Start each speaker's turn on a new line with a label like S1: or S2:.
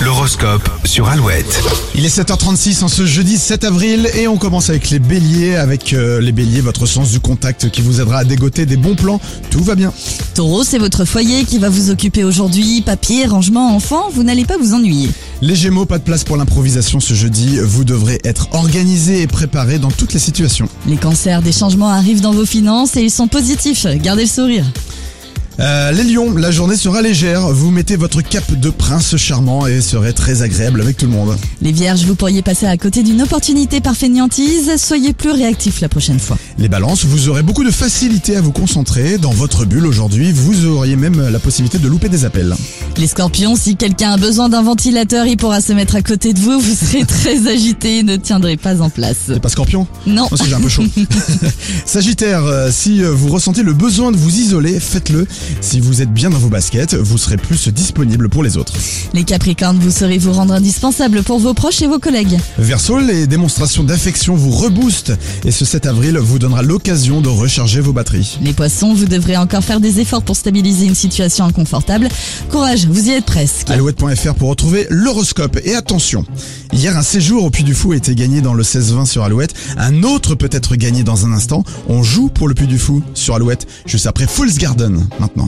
S1: L'horoscope sur Alouette.
S2: Il est 7h36 en ce jeudi 7 avril et on commence avec les béliers, avec euh, les béliers, votre sens du contact qui vous aidera à dégoter des bons plans, tout va bien.
S3: Taureau, c'est votre foyer qui va vous occuper aujourd'hui. Papier, rangement, enfant, vous n'allez pas vous ennuyer.
S2: Les gémeaux, pas de place pour l'improvisation ce jeudi, vous devrez être organisé et préparé dans toutes les situations.
S3: Les cancers, des changements arrivent dans vos finances et ils sont positifs. Gardez le sourire.
S2: Euh, les lions, la journée sera légère, vous mettez votre cape de prince charmant et serez très agréable avec tout le monde.
S3: Les vierges, vous pourriez passer à côté d'une opportunité par fainéantise. Soyez plus réactifs la prochaine fois.
S2: Les balances, vous aurez beaucoup de facilité à vous concentrer, dans votre bulle aujourd'hui, vous auriez même la possibilité de louper des appels.
S3: Les scorpions, si quelqu'un a besoin d'un ventilateur, il pourra se mettre à côté de vous. Vous serez très agité et ne tiendrez pas en place.
S2: T'es pas scorpion
S3: Non.
S2: Moi, j'ai un peu chaud. Sagittaire, euh, si euh, vous ressentez le besoin de vous isoler, faites-le. Si vous êtes bien dans vos baskets, vous serez plus disponible pour les autres.
S3: Les capricornes, vous saurez vous rendre indispensable pour vos proches et vos collègues.
S2: Verseau, les démonstrations d'affection vous reboostent et ce 7 avril vous donnera l'occasion de recharger vos batteries.
S3: Les poissons, vous devrez encore faire des efforts pour stabiliser une situation inconfortable. Courage, vous y êtes presque.
S2: Alouette.fr pour retrouver l'horoscope. Et attention, hier un séjour au Puy du Fou a été gagné dans le 16-20 sur Alouette. Un autre peut être gagné dans un instant. On joue pour le Puy du Fou sur Alouette, juste après Fool's Garden maintenant.